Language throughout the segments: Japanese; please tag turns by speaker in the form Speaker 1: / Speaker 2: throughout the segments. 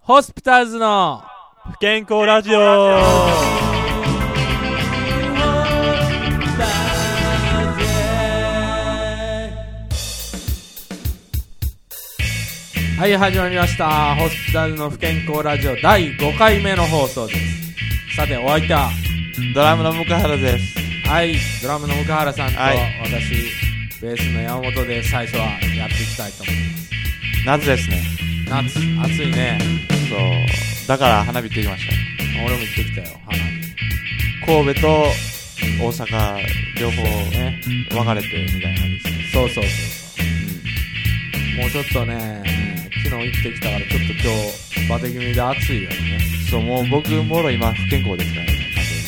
Speaker 1: ホスピターズの
Speaker 2: 不健康ラジオ
Speaker 1: はい始まりましたホスピタルの不健康ラジオ第5回目の放送ですさてお相手は
Speaker 2: ドラムの向原です
Speaker 1: はいドラムの向原さんと私、
Speaker 2: はい
Speaker 1: ベースの山本で最初はやっていきたいと思い
Speaker 2: 夏ですね
Speaker 1: ます夏暑いね
Speaker 2: そうだから花火行ってきまし
Speaker 1: 俺も行ってきたよ花火
Speaker 2: た神戸と大阪両方
Speaker 1: ね
Speaker 2: 分かれてみたいな感じですね
Speaker 1: そうそうそうそうもうちょっとね昨日行ってきたからちょっと今日バテ気味で暑いよね
Speaker 2: そうもう僕もろ今不健康ですからね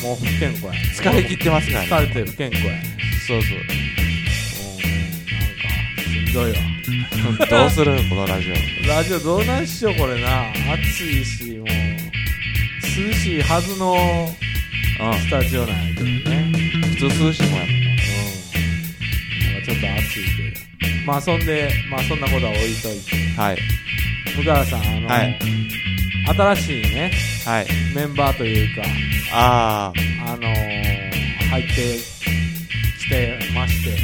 Speaker 1: もう不健康や
Speaker 2: 完全に疲れ切ってますから
Speaker 1: 疲れ
Speaker 2: ね
Speaker 1: てる不健康やも
Speaker 2: そうそう
Speaker 1: うねなんかしんどいわ
Speaker 2: どうす るこのラジオ
Speaker 1: ラジオどうなんしようこれな暑いしもう涼しいはずの
Speaker 2: うん
Speaker 1: スタジオなんやけどね
Speaker 2: 普通涼しいもんや
Speaker 1: う
Speaker 2: も
Speaker 1: んなんかちょっと暑いけどまあそんでまあそんなことは置いといて
Speaker 2: んはい
Speaker 1: 福原さんあの、
Speaker 2: はい
Speaker 1: 新しいね
Speaker 2: はい
Speaker 1: メンバーというか
Speaker 2: あ
Speaker 1: あのー、入ってきてまして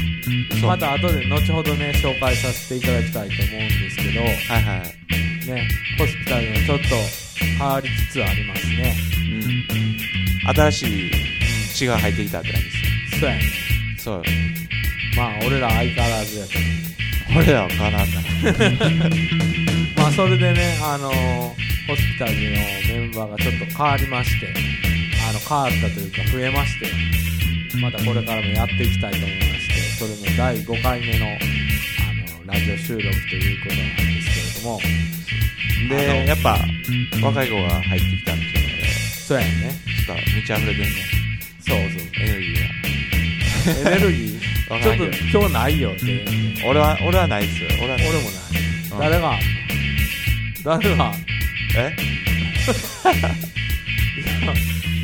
Speaker 2: あそう
Speaker 1: また後で後ほどね紹介させていただきたいと思うんですけど
Speaker 2: はいはいはい
Speaker 1: ねホスピタルがちょっと変わりつつありますね
Speaker 2: うん新しい血が入ってきたって感じですね
Speaker 1: そうやね
Speaker 2: そう
Speaker 1: まあ俺ら相変わらずやけ
Speaker 2: 俺らはかなん
Speaker 1: ど
Speaker 2: だ
Speaker 1: まあそれでねあのー、ホスピタルのメンバーがちょっと変わりましてあの変わったというか増えましてまたこれからもやっていきたいと思いましてそれも第5回目のあのラジオ収録ということなんですけれども
Speaker 2: で、やっぱ、若い子が入ってきたんでしょうね。
Speaker 1: そうやね
Speaker 2: ちょっと満ち溢れてるね。
Speaker 1: そうそう
Speaker 2: エネルギ
Speaker 1: エネルギ
Speaker 2: わ
Speaker 1: ーち
Speaker 2: か
Speaker 1: ょ
Speaker 2: ん
Speaker 1: っと
Speaker 2: ないけど
Speaker 1: 今日ないよって
Speaker 2: ーが。俺は、俺はないっすよ。俺はな
Speaker 1: 俺
Speaker 2: い。
Speaker 1: も
Speaker 2: うん
Speaker 1: ない誰が誰が
Speaker 2: え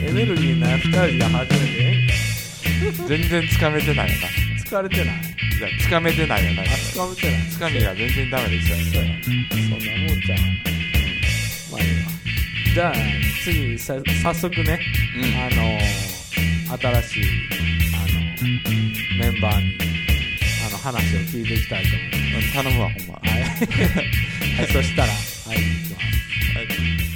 Speaker 1: エネルギーない2人で初めてえ
Speaker 2: 全然つかめてないよな。
Speaker 1: えんか疲れてない
Speaker 2: いや、つかめてないよな。
Speaker 1: あつかめてない
Speaker 2: つかみが全然ダメですよ
Speaker 1: そうや
Speaker 2: ね。
Speaker 1: そんなもんじゃんまあいいわじゃあ次さ早速ね、
Speaker 2: うん
Speaker 1: あのー新しい、あのメンバーにあの話を聞いていきたいと思います
Speaker 2: 頼むわ、ほんま。
Speaker 1: はい、 はい、そしたら、はい、いき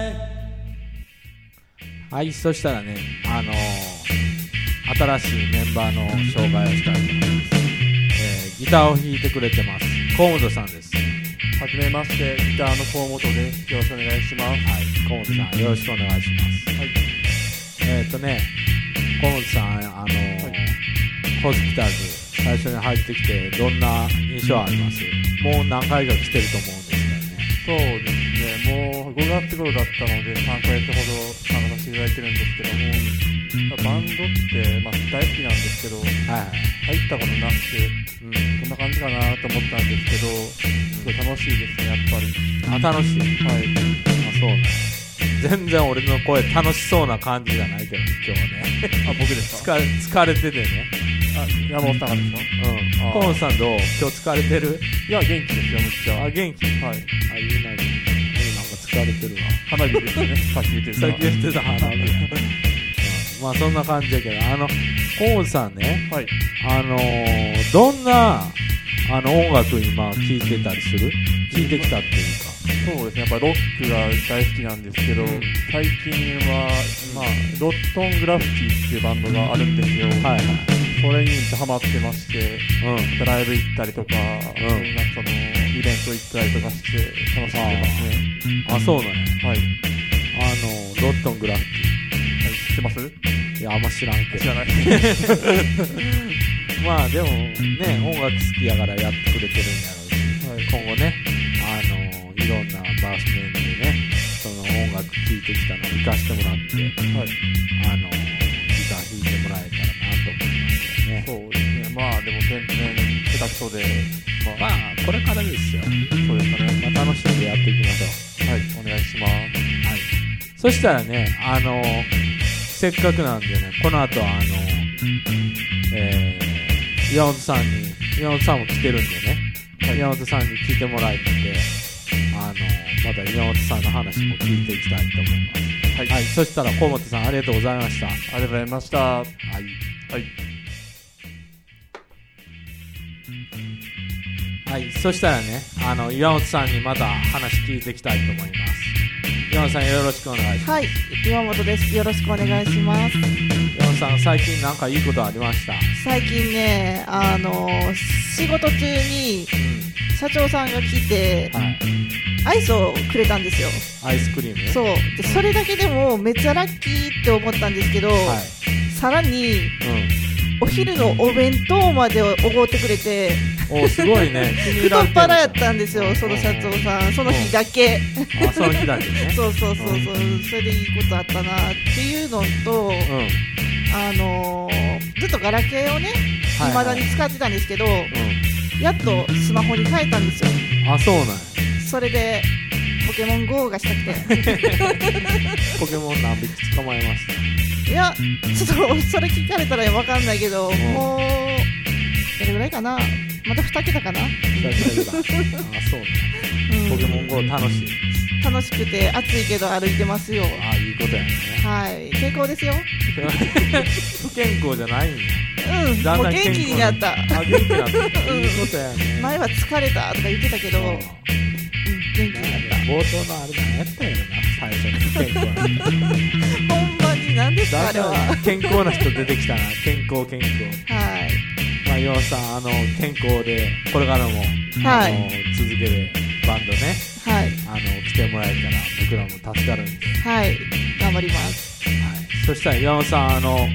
Speaker 1: ます。はい、そしたらね、あのー新しいメンバーの紹介をしたいと思います。えーギターを弾いてくれてます。河本さんです。
Speaker 3: はじめまして、ギターの河本です。よろしくお願いします。
Speaker 1: はい、河本さん、よろしくお願いします。
Speaker 3: はい、
Speaker 1: えっ、ー、とね、河本さん、あのー
Speaker 3: はい
Speaker 1: ホスピタルズ、最初に入ってきて、どんな印象ありますもう何回か来てると思うんです
Speaker 3: そうですね、もう5月頃だったので、3ヶ月ほど参加させていただいてるんですけども、バンドって、まあ、大好きなんですけど、入
Speaker 1: けどね。はい、はい。
Speaker 3: ったことなくて、
Speaker 1: う
Speaker 3: こんな感じかなと思ったんですけど、すごい楽しいですね、やっぱ
Speaker 1: ん。
Speaker 3: り。
Speaker 1: あ、楽しい。
Speaker 3: はい。
Speaker 1: あ、そうね。全然俺の声楽しそうな感じじゃないけど、今日ね。
Speaker 3: あ、僕ですか
Speaker 1: 疲れ、疲れててね。
Speaker 3: あ、山本さんがですか
Speaker 1: うん。
Speaker 3: あー
Speaker 1: 河本さんどう今日疲れてる
Speaker 3: いや、元気ですよ、めっちゃ。
Speaker 1: あ、元気
Speaker 3: はい。
Speaker 1: あ、言うなり。うんなんか疲れてるわ。
Speaker 3: 花火ですよね、さっき言ってた。
Speaker 1: さっき言ってた花火。うんまあそんな感じやけど、あの、河本さんね。
Speaker 3: はい。
Speaker 1: あのー、どんなあの音楽今聴いてたりする聴いてきたっていうか。
Speaker 3: そうですね、やっぱロックが大好きなんですけ
Speaker 1: う
Speaker 3: ど、
Speaker 1: ん
Speaker 3: 最近は、まあ、ロットングラフィティっていうバンドがあるんですよ、
Speaker 1: はいはい。
Speaker 3: それにめっちゃハマってまして、
Speaker 1: うん。
Speaker 3: ライブ行ったりとか、
Speaker 1: うん
Speaker 3: みんなそのイベント行ったりとかして、楽しんでますね。
Speaker 1: あ、そうなんや。
Speaker 3: はい、はい、
Speaker 1: あのー、ロットングラフ
Speaker 3: 知ってます
Speaker 1: ィティ。いや、あんま知らんけ
Speaker 3: 知
Speaker 1: ど。
Speaker 3: らない。
Speaker 1: まあでもね、音楽好きやからやってくれてるんやろうし、
Speaker 3: はい
Speaker 1: 今後ね、あのー、いろんなバースメンでね、その音楽聴いてきたのを活かしてもらって、
Speaker 3: はい、
Speaker 1: あのー、ギター弾いてもらえたらなと思いますけどね。
Speaker 3: そうですね、まあでも全然下手くそで、
Speaker 1: ま
Speaker 3: まあ、
Speaker 1: あ、これからですよ。
Speaker 3: そうですかね。
Speaker 1: まあ楽しんでやっていきましょう。
Speaker 3: はい、お願いします。
Speaker 1: はい、そしたらね、あのせっかくなんでね、この後はあのえ岩本さんに岩本さんも来てるんでね、
Speaker 3: はい
Speaker 1: 岩本さんに聞いてもらえたんであのまた岩本さんの話も聞いていきたいと思います
Speaker 3: はい
Speaker 1: はい、そしたら河本さんありがとうございました
Speaker 3: ありがとうございました。は
Speaker 1: はい
Speaker 3: い。
Speaker 1: はい、そしたらね、あの岩本さんにまた話聞いていきたいと思います。岩本さんよろしくお願いします。
Speaker 4: はい、岩本です。よろしくお願いします。
Speaker 1: 岩本さん最近なんかいいことありました。
Speaker 4: 最近ね、あの仕事中に
Speaker 1: う
Speaker 4: 社長さんが来て、
Speaker 1: ん、はい。
Speaker 4: アイスをくれたんですよ。
Speaker 1: アイスクリーム。
Speaker 4: そう。で、それだけでもめっちゃラッキーって思ったんですけど、
Speaker 1: はい。
Speaker 4: さらに、お昼のお弁当までをおごってくれて、
Speaker 1: うん。おすごい ね。気に入
Speaker 4: 太
Speaker 1: ら
Speaker 4: っ
Speaker 1: れてる
Speaker 4: 腹やったんですよ、その社長さん。その日だけ。
Speaker 1: あ、その日だけね。
Speaker 4: そうそうそうそう。それでいいことあったなっていうのと、
Speaker 1: うん。はい、
Speaker 4: あのずっとガラケーをね、
Speaker 1: はい
Speaker 4: 未だに使ってたんですけど、
Speaker 1: う
Speaker 4: やっとスマホに変えたんですよ
Speaker 1: ん。あ、そうなんや。
Speaker 4: それでポケモン GO がした くて
Speaker 1: ポケモン何匹捕まえました。
Speaker 4: いやちょっとそれ聞かれたら分かんないけど、
Speaker 1: ん
Speaker 4: もうどれぐらいかなまた2桁かな、
Speaker 1: 大丈夫だ。あ、そうなん
Speaker 4: うん
Speaker 1: や。ポケモン GO 楽しい。
Speaker 4: 楽しくて暑いけど歩いてますよ
Speaker 1: あ、いいことやね。
Speaker 4: はい健康ですよ
Speaker 1: 不健康じゃないんや。
Speaker 4: うん
Speaker 1: だん
Speaker 4: も
Speaker 1: だ
Speaker 4: うん元気になった
Speaker 1: あ、元気 だった。いいことやね。
Speaker 4: 前は疲れたとか言ってたけど、うん、
Speaker 1: うん
Speaker 4: 元気になった
Speaker 1: 冒頭のあれ何やったんやろな最初の健康な
Speaker 4: ほんまに何ですかあれは
Speaker 1: だんだん健康な人出てきたな健康健康
Speaker 4: はい
Speaker 1: まあ岩尾さんあの健康でこれからも、
Speaker 4: はい
Speaker 1: あの続けるバンドね
Speaker 4: はい
Speaker 1: あの来てもらえたら僕らも助かるんで、は
Speaker 4: はい頑張ります
Speaker 1: い、そしたら岩尾さんあの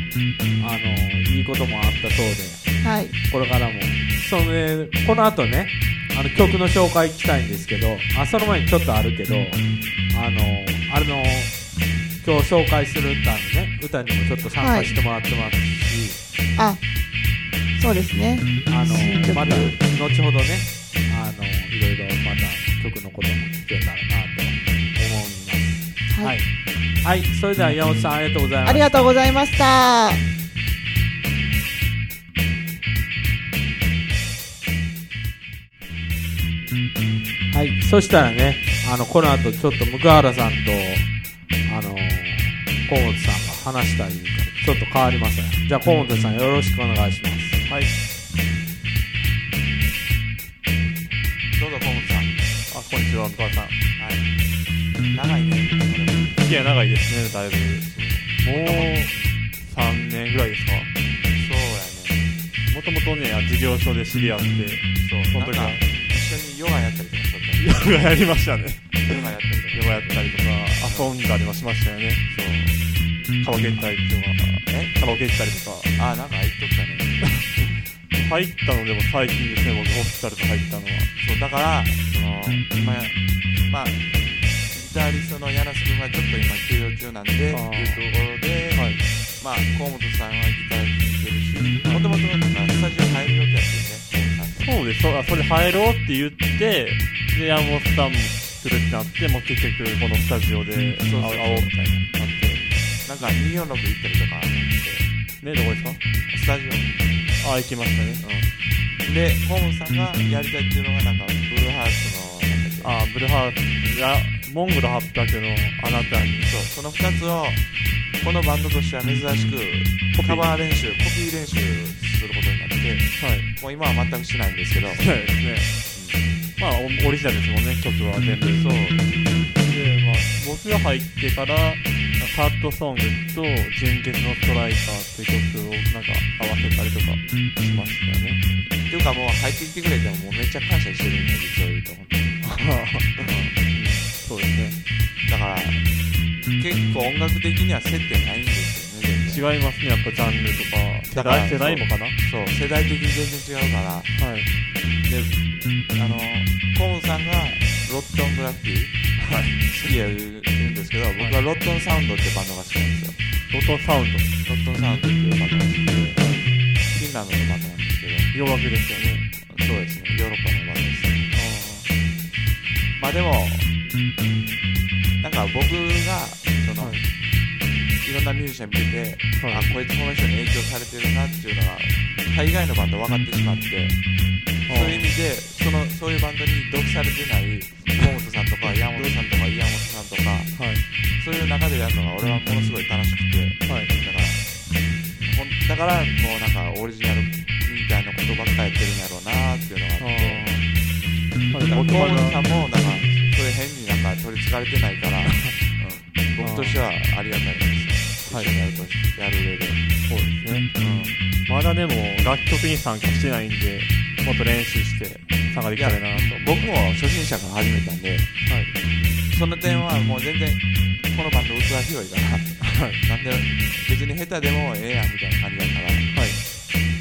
Speaker 1: あのいいこともあったそうで
Speaker 4: はい
Speaker 1: これからもその、ね、この後ねあの曲の紹介聞きたいんですけどあその前にちょっとあるけどあのあれの今日紹介する歌のね歌にもちょっと参加してもらってますし、
Speaker 4: あそうですね
Speaker 1: あ
Speaker 4: 新
Speaker 1: の
Speaker 4: 曲
Speaker 1: また後ほどねあのいろいろまた曲のことも聞けたらなと思います
Speaker 4: は
Speaker 1: はいい、はいそれでは山本さんありがとうございま
Speaker 4: あ
Speaker 1: し
Speaker 4: り
Speaker 1: た
Speaker 4: がとうございました
Speaker 1: はいそしたらねあのこの後ちょっと向原さんとあの河本さんが話したいいうからちょっと変わりますねじゃあ河本さんよろしくお願いします
Speaker 3: はい。
Speaker 2: どうぞ、河本さん。
Speaker 3: あ、こんにちは、向川さん。
Speaker 2: はい。長いね、
Speaker 3: 付き合い長いですね、だいぶ。もう、3年ぐらいですか。
Speaker 2: そうやね。
Speaker 3: もともとね、事業所で知り合って、
Speaker 2: そう、
Speaker 3: そ
Speaker 2: なん
Speaker 3: の時
Speaker 2: か
Speaker 3: は、
Speaker 2: 一緒にヨガやったりとかしとったよね
Speaker 3: ヨガやりましたね。
Speaker 2: ヨガやったりとか。
Speaker 3: ヨガやったりとか、遊んだりもしましたよね。カラオケ行ったりとか、
Speaker 2: え
Speaker 3: カラオケ行ったりとか。
Speaker 2: あー、なんか言っとったね。
Speaker 3: 入ったのでも最近ですね、僕、ホスピタルと入ったのは。
Speaker 2: そうだからそのまあまあギタリストの柳瀬君がちょっと今休養中なんでっていうとこ
Speaker 3: あー
Speaker 2: ろで、
Speaker 3: はい。
Speaker 2: まあ河本さんはギター弾いてるしもともとなんかスタジオ入る予定だったよね河本さん
Speaker 3: そうです、そあそれ入ろうって言って、で、山本さんも来るってなって、もう結局、このスタジオで会
Speaker 2: そううそうそう
Speaker 3: 会おうみたいに
Speaker 2: な
Speaker 3: なっ
Speaker 2: んか246行ったりとか
Speaker 3: て。ね、どこですか
Speaker 2: スタジオ
Speaker 3: あ、行きましたね。
Speaker 2: うんで河本さんがやりたいっていうのがなんかブルーハーツのなんだっ
Speaker 3: あ、ブルーハーツや、モンゴル800のあなたに。
Speaker 2: けそうその2つをこのバンドとしては珍し
Speaker 3: コピ
Speaker 2: く
Speaker 3: ー
Speaker 2: カバー練習コピー練習することになって
Speaker 3: はい。
Speaker 2: もう今は全くしないんですけど
Speaker 3: そうですね。まあ、オオリジナルですもんね、曲は全部。
Speaker 2: そう
Speaker 3: で、まあ、僕が入ってから、ハートソングと、純潔のストライカーっていう曲を、なんか、合わせたりとかしましたね。
Speaker 2: っていうかもう入ってきてくれてももうめっちゃ感謝してるんだよ実を言うと本当に
Speaker 3: そうですね。
Speaker 2: だから結構音楽的には接点ないんですよね全然
Speaker 3: 違いますね、やっぱジャンルとか。世
Speaker 2: だから
Speaker 3: 代世代もかな
Speaker 2: そう世代的に全然違うから
Speaker 3: はい。
Speaker 2: であのコーンさんがロットングラフィティ好きや言うんですけど僕はロットンサウンドってバンドが好きなんですよ
Speaker 3: ロトサウン
Speaker 2: ロットンサウンドっていうバンドが好きでフィンランドのバンドなんですけど
Speaker 3: ド、洋楽ですよね。
Speaker 2: そうですねヨーロッパのバンドですねまあでもなんか僕がその、
Speaker 3: はい
Speaker 2: いろんなミュージシャン見てて、
Speaker 3: はい
Speaker 2: あこいつこの人に影響されてるなっていうのが海外のバンド分かってしまってそういう意味でそのそういうバンドに毒されてない河本さんとか山本さんとか岩本さんとか
Speaker 3: はい
Speaker 2: そういう中でやるのが俺はものすごい楽しくて
Speaker 3: はい
Speaker 2: だからほんだからもうなんかオリジナルみたいなことばっかやってるんやろうなっていうのがあって。で
Speaker 3: あーま
Speaker 2: も河本さんも
Speaker 3: あ元
Speaker 2: なんか それ変になんか取りつかれてないから、うん僕としてはありがたいです、
Speaker 3: はい
Speaker 2: 一緒にやるとしやる上で、
Speaker 3: そうですね
Speaker 2: う
Speaker 3: まだでも楽曲に参加してないんでもっと練習して参加で
Speaker 2: ん、い
Speaker 3: きた
Speaker 2: や
Speaker 3: らなと
Speaker 2: 僕も初心者から始めたんで
Speaker 3: はい
Speaker 2: その点はもう全然このバンド器広いから
Speaker 3: はい
Speaker 2: なんで別に下手でもええやんみたいな感じだから、
Speaker 3: はい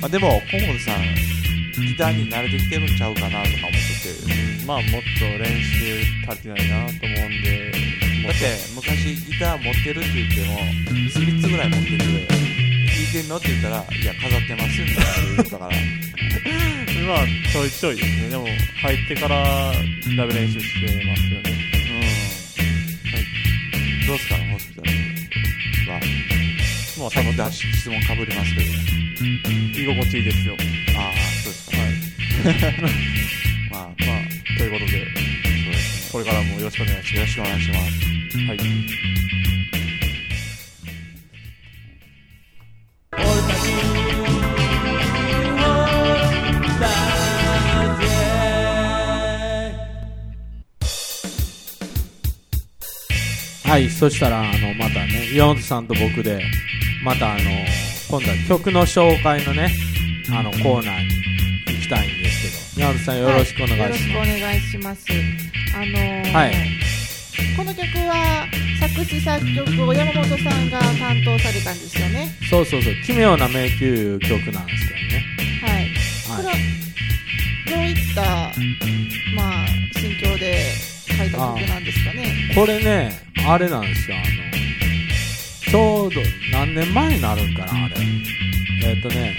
Speaker 2: まあ、でも河本さんギターに慣れてきてるんちゃうかなとか思ってて
Speaker 3: うんまあもっと練習足りてないなと思うんでも
Speaker 2: だっ
Speaker 3: と
Speaker 2: て昔ギター持ってるって言っても3つぐらい持ってて弾いてんのって言ったら「いや飾ってます」みたいな言うたから
Speaker 3: まあちょいちょいですねでも入ってからラブ練習してますよね
Speaker 2: うんどうすかホスピタルは
Speaker 3: まあ
Speaker 2: さっ
Speaker 3: 多分
Speaker 2: きだし質問かぶりますけど
Speaker 3: 居心地いいですよ
Speaker 2: ああそうですかまあまあ
Speaker 3: はいまあということで
Speaker 2: そうです
Speaker 3: これからもよろしくお願いし
Speaker 2: ねよろしくお願いします
Speaker 3: ますはい
Speaker 1: はい、そしたら、あの、またね、岩本さんと僕で、またあの、今度は曲の紹介のね、あの、コーナーに行きたいんですけど、岩本さんよろしくお願いし
Speaker 4: は
Speaker 1: ま
Speaker 4: い
Speaker 1: す。
Speaker 4: よろしくお願いします。あのー
Speaker 1: はい
Speaker 4: この曲は作詞作曲を山本さんが担当されたんですよね。
Speaker 1: そうそうそう、奇妙な迷宮いう曲なんですけどね。
Speaker 4: はい。これ
Speaker 1: は。
Speaker 4: はいどういったまあ心境で書いた曲なんですかね。
Speaker 1: これね、あれなんですよ、あの、ちょうど何年前になるんかな、あれ。えっ、とね、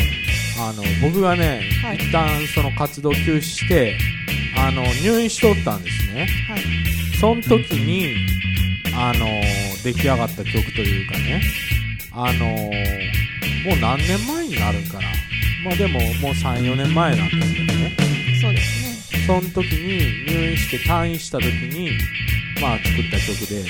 Speaker 1: あの、僕がね、
Speaker 4: はい
Speaker 1: 一旦その活動休止して、あの、入院しとったんですね。
Speaker 4: はい。
Speaker 1: その時に、あのー出来上がった曲というかね、あのーもう何年前になるんかな。まあでも、もう3、4年前なんですけどね。
Speaker 4: そうですね。
Speaker 1: その時に入院して退院した時に、まあ作った曲で、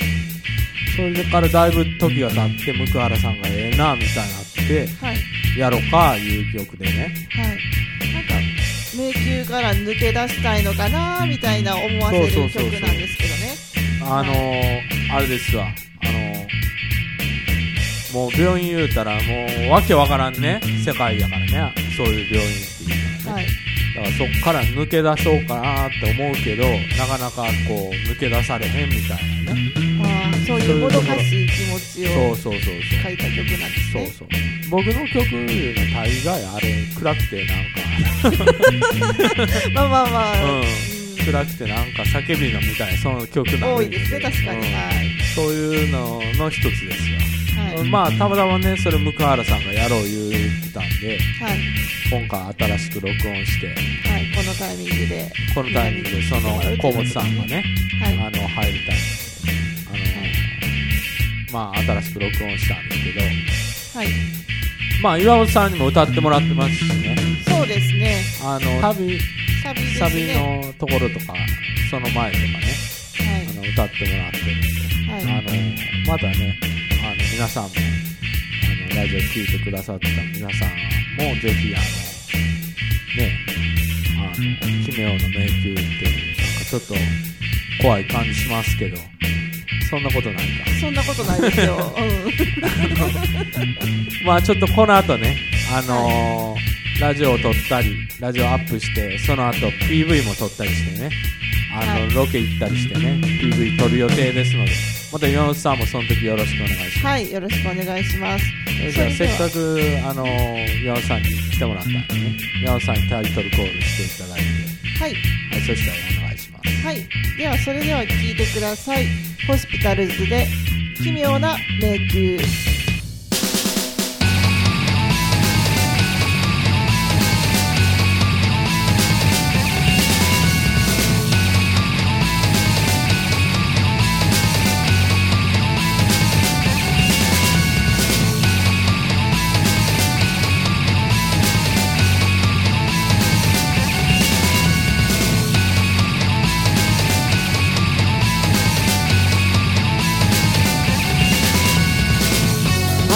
Speaker 1: それからだいぶ時が経って、向原さんがええな、みたいになって、
Speaker 4: はい
Speaker 1: やろか、いう曲でね。
Speaker 4: はい。なんか迷宮から抜け出したいのかなみたいな思わせる
Speaker 1: そう
Speaker 4: 曲
Speaker 1: そうそうそう
Speaker 4: なんですけどね。
Speaker 1: あのー、あれですわ。あのー、もう病院言うたら、もうわけわからんね。世界やからね。そういう病院っていうのは
Speaker 4: は
Speaker 1: ね。
Speaker 4: い。
Speaker 1: だからそっから抜け出そうかなって思うけど、なかなかこう、抜け出されへんみたいなね。
Speaker 4: ああそういうもどかしい気持ち
Speaker 1: そ
Speaker 4: を
Speaker 1: うそうそう
Speaker 4: 書いた曲なんです
Speaker 1: そう。そう
Speaker 4: ね。
Speaker 1: そう。僕の曲いうのは大概あれ、暗くてなんか、
Speaker 4: まあまあまあ、
Speaker 1: うん 暗くてなんか叫びのみたいな、その曲なん
Speaker 4: 多いですね、確かに。
Speaker 1: うん
Speaker 4: は
Speaker 1: そういうのの一つですよ。
Speaker 4: い。はい。
Speaker 1: まあたまたまねそれ向原さんがやろう言ってたんで
Speaker 4: はい。
Speaker 1: 今回新しく録音して
Speaker 4: はい。このタイミングで。
Speaker 1: このタイミングでその河本さんがね
Speaker 4: はい。
Speaker 1: あの入りたいんであのまあ新しく録音したんですけど
Speaker 4: はい。
Speaker 1: まあ岩本さんにも歌ってもらってますしね
Speaker 4: そうですね。
Speaker 1: あのサビ
Speaker 4: サビですね。
Speaker 1: サビのところとかその前とかねあの歌ってもらってるんで
Speaker 4: はい。
Speaker 1: あ
Speaker 4: は
Speaker 1: のまだねあの皆さんもあのラジオ聞いてくださってた皆さんもぜひあのねあの奇妙な迷宮ってなんかちょっと怖い感じしますけどそんなことないか
Speaker 4: い。そんなことないですよ。うん。
Speaker 1: まあちょっとこの後ねあのーラジオを撮ったりラジオアップしてその後 PV も撮ったりしてねあの、
Speaker 4: はい
Speaker 1: ロケ行ったりしてね PV 撮る予定ですのでまた岩本さんもその時よろしくお願いします
Speaker 4: はい。よろしくお願いします。
Speaker 1: じゃあせっかくあのー、山本さんに来てもらったんでね山本さんにタイトルコールしていただいて、
Speaker 4: はい。
Speaker 1: はい、そしたらお願いします
Speaker 4: はい。では、それでは聞いてください。ホスピタルズで、奇妙な迷宮。
Speaker 5: 「君との別れ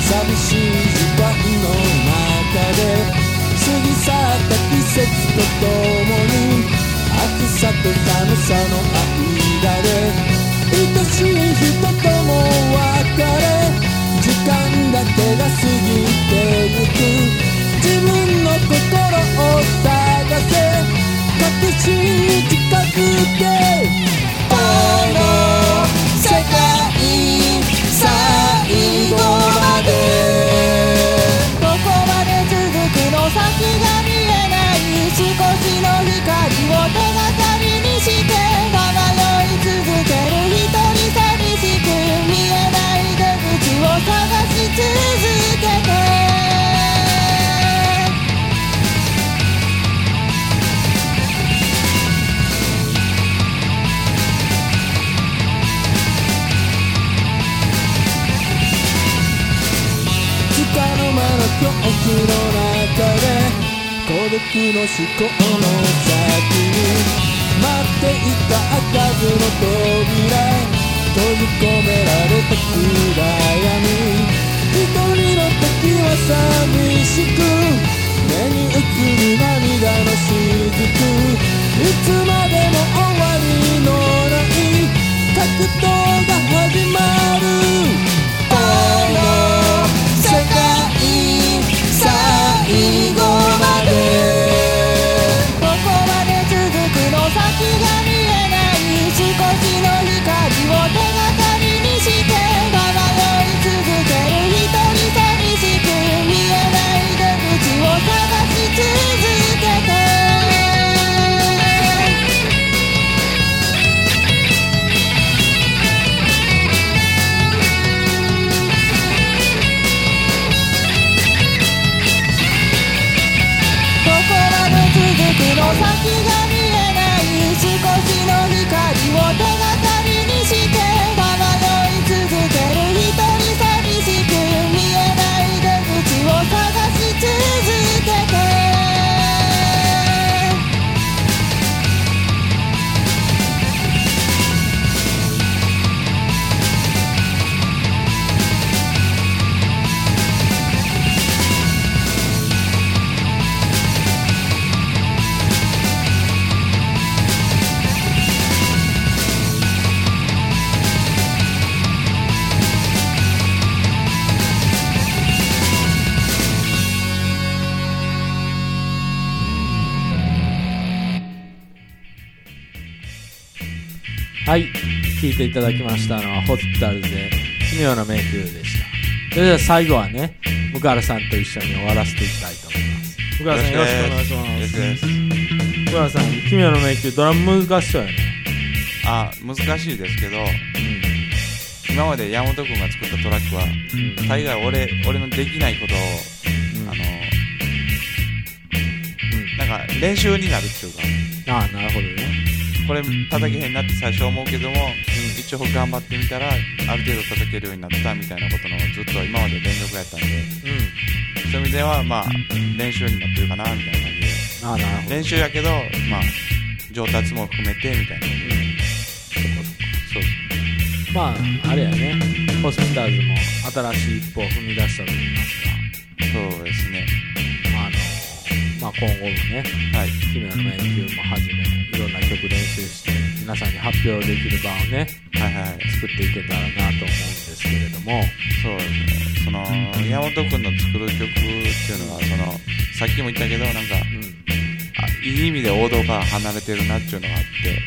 Speaker 5: 寂しい時間の中で過ぎ去った季節とともに暑さと寒さの間で愛しい人とも別れ時間だけが過ぎてゆく自分の心を探せ確信に近づけこの世界最後まで
Speaker 4: どこまで続くの先が見えない少しの光を手がかりにして漂い続ける一人寂しく見えない出口を探し続けて
Speaker 5: つかの間の恐怖の中で孤独の思考の先に待っていた開かずの扉閉じ込められた暗闇一人の時は寂しく目に映る涙の雫いつまでも終わりのない格闘が始まるこの世界最後まで
Speaker 4: どこまで続くの先が見えない少しの光を手がかりにして漂い続ける一人寂しく見えない出口を探し続けてどこまで続くの先が見えない少しの光を手がかりにして漂い続ける一人寂しく見えない出口を探し続けて
Speaker 1: はい聴いていただきましたのはホスピタルズで奇妙な迷宮でしたそれでは最後はね向原さんと一緒に終わらせていきたいと思います向原さんよろしくお願いし
Speaker 2: よ
Speaker 1: ま
Speaker 2: ろ
Speaker 1: す
Speaker 2: くお願いします
Speaker 1: 向原さん奇妙な迷宮ドラム難しそうやね
Speaker 2: あ難しいですけど今まで山本君が作ったトラックは
Speaker 1: うん
Speaker 2: 大概俺俺のできないことを、
Speaker 1: うん
Speaker 2: あのなんか練習になるっていうか
Speaker 1: ああなるほどね
Speaker 2: これ叩けへんなって最初思うけども、一応頑張ってみたらある程度叩けるようになったみたいなことのずっと今まで連続やったんで
Speaker 1: う
Speaker 2: そういう意味ではまあ練習になってるかなみたいな感じで
Speaker 1: んああなるほど
Speaker 2: 練習やけどまあ上達も含めてみたいなそう
Speaker 1: まああれやねホスピタルズも新しい一歩を踏み出したといいますか
Speaker 2: そうですね
Speaker 1: あのまあ今後もね
Speaker 2: はい
Speaker 1: 奇妙な迷宮もはじめいろんな曲練習して皆さんに発表できる場をね
Speaker 2: はいはい
Speaker 1: 作っていけたらなと思うんですけれども
Speaker 2: そうですねその山本君の作る曲っていうのはそのさっきも言ったけどなん
Speaker 1: う
Speaker 2: か
Speaker 1: ん
Speaker 2: あいい意味で王道から離れてるなっていうのがあって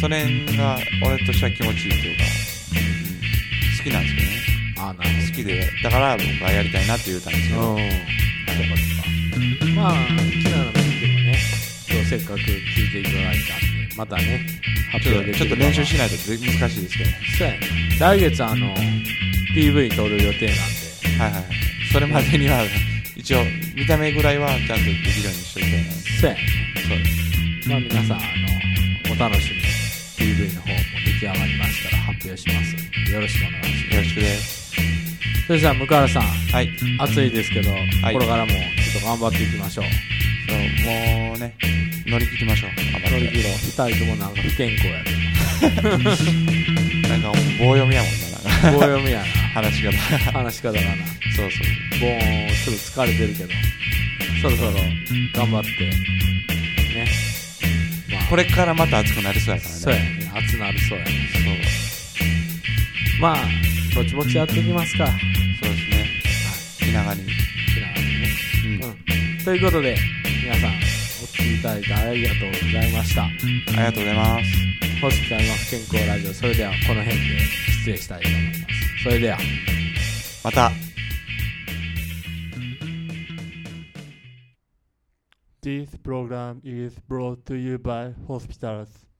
Speaker 2: それが俺としては気持ちいいというか、うん好きなんですけどね
Speaker 1: ああなる
Speaker 2: 好きでだから僕はやりたいなって言ったんですけ
Speaker 1: ほど
Speaker 2: ど
Speaker 1: うんそうかそうかまあ奇妙な迷宮もね今日せっかく聴いていただいたんでまたね発
Speaker 2: ちょ
Speaker 1: 表
Speaker 2: っ
Speaker 1: で
Speaker 2: と
Speaker 1: き
Speaker 2: ち
Speaker 1: る
Speaker 2: ょっと練習
Speaker 1: 場が
Speaker 2: しないと全然難しいですけどね
Speaker 1: そうやね来月あの PV 撮る予定なんで
Speaker 2: はいはいそれまでには 一応見た目ぐらいはちゃんとできるようにしときたいな
Speaker 1: そうやね
Speaker 2: そうです
Speaker 1: まあ皆さんあのお楽しみに PV の方も出来上がりましたら発表しますんでよろしくお願いし
Speaker 2: よ
Speaker 1: ま
Speaker 2: ろしくです
Speaker 1: すそれじゃあ向原さん
Speaker 2: はい
Speaker 1: 暑いですけど、
Speaker 2: い
Speaker 1: これからもちょっと頑張っていきましょう
Speaker 2: そうもうね乗り切りましょう頑張
Speaker 1: 乗り
Speaker 2: って
Speaker 1: 切ろう2人ともなんか不健康やけど
Speaker 2: なんかもう棒読みやもんななんか
Speaker 1: 棒読みや
Speaker 2: 話が
Speaker 1: な話し方がな
Speaker 2: そうそう
Speaker 1: ボーンちょっと疲れてるけどそろそろ頑張ってねまあ
Speaker 2: これからまた熱くなりそうやからね
Speaker 1: そうやね熱なるそうやねまあぼちぼちやっていきますかはい
Speaker 2: そうそうですね気長に、
Speaker 1: 気長にね
Speaker 2: うん
Speaker 1: うんということで皆さんお聴きいただいてありがとうございました
Speaker 2: ありがとうございます
Speaker 1: ホスピタルの健康ラジオそれではこの辺で失礼したいと思いますそれでは
Speaker 2: また
Speaker 3: This program is brought to you by hospitals.